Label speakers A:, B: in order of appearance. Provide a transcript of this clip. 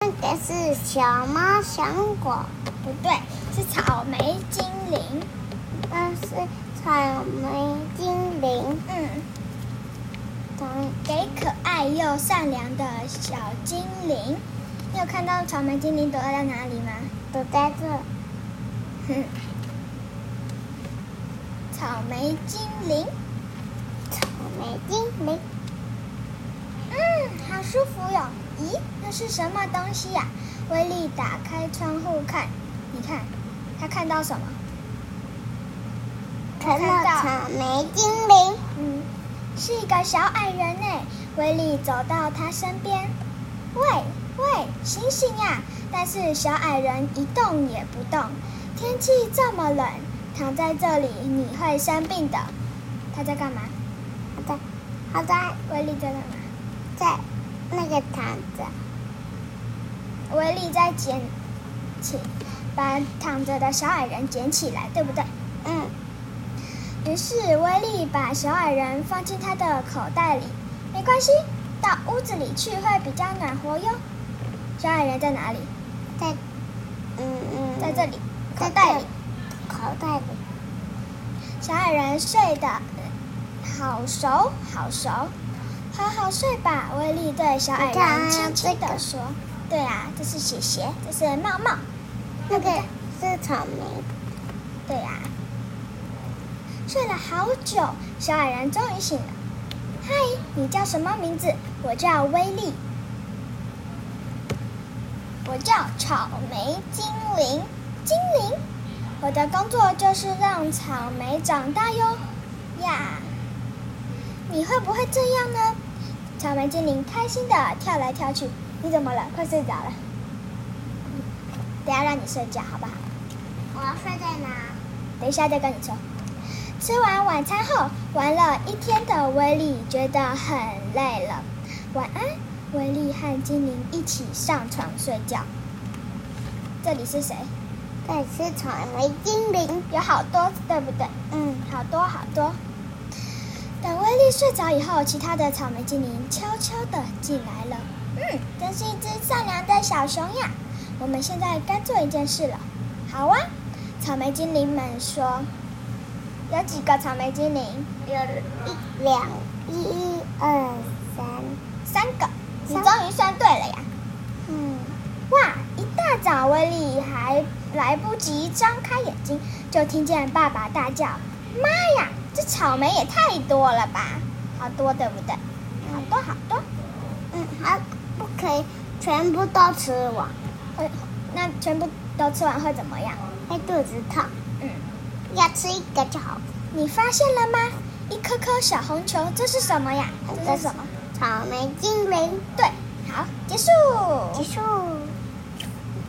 A: 这是小猫小狗，
B: 不对，是草莓精灵。
A: 那是草莓精灵。
B: 嗯，
A: 等
B: 给可爱又善良的小精灵。你有看到草莓精灵躲在哪里吗？
A: 躲在这，
B: 哼，草莓精灵。
A: 草莓精灵，
B: 嗯，好舒服哟、咦，那是什么东西呀、威力打开窗户看，你看，他看到什么？
A: 看
B: 看
A: 到
B: 到
A: 草莓精灵，
B: 嗯，是一个小矮人呢。威力走到他身边，喂喂，醒醒呀！但是小矮人一动也不动。天气这么冷，躺在这里你会生病的。他在干嘛？
A: 好的，好的，
B: 威力在干嘛？
A: 在那个毯子，
B: 威力在捡起，把躺着的小矮人捡起来，对不对？
A: 嗯，
B: 于是威力把小矮人放进他的口袋里。没关系，到屋子里去会比较暖和哟。小矮人在哪里？
A: 在，嗯嗯，
B: 在这里，口
A: 在
B: 袋
A: 这
B: 里
A: 里。，口袋里，
B: 小矮人睡得呃好熟，好熟，好好睡吧。威力对小矮
A: 你看
B: 人
A: 啊
B: 轻轻地说：“对啊，这是姐姐，这是茂茂。
A: 那个是草莓，
B: 对啊。”睡了好久，小矮人终于醒了。嗨，你叫什么名字？我叫威力。我叫草莓精灵，精灵。我的工作就是让草莓长大哟，呀！你会不会这样呢？草莓精灵开心的跳来跳去。你怎么了？快睡着了。等一下让你睡觉好不好？
A: 我要睡在哪？
B: 等一下再跟你说。吃完晚餐后，玩了一天的威力觉得很累了，晚安。威力和精灵一起上床睡觉。这里是谁？
A: 这里是草莓精灵，
B: 有好多，对不对？
A: 嗯，
B: 好多好多。等威力睡着以后，其他的草莓精灵悄悄地进来了。嗯，真是一只善良的小熊呀！我们现在该做一件事了。好啊，草莓精灵们说。有几个草莓精灵？
A: 有一两一二三，
B: 三个。你
A: 三
B: 终于算对了呀！
A: 嗯，
B: 哇！一大早，威力还来不及张开眼睛，就听见爸爸大叫：“妈呀，这草莓也太多了吧！好多，对不对？好多好多。
A: 嗯，还不可以全部都吃完，
B: 会，呃那全部都吃完会怎么样？
A: 会肚子痛。
B: 嗯，
A: 要吃一个就好。
B: 你发现了吗？一颗颗小红球，这是什么呀？这是什么？
A: 草莓精灵
B: 对，好，结束。
A: 结束。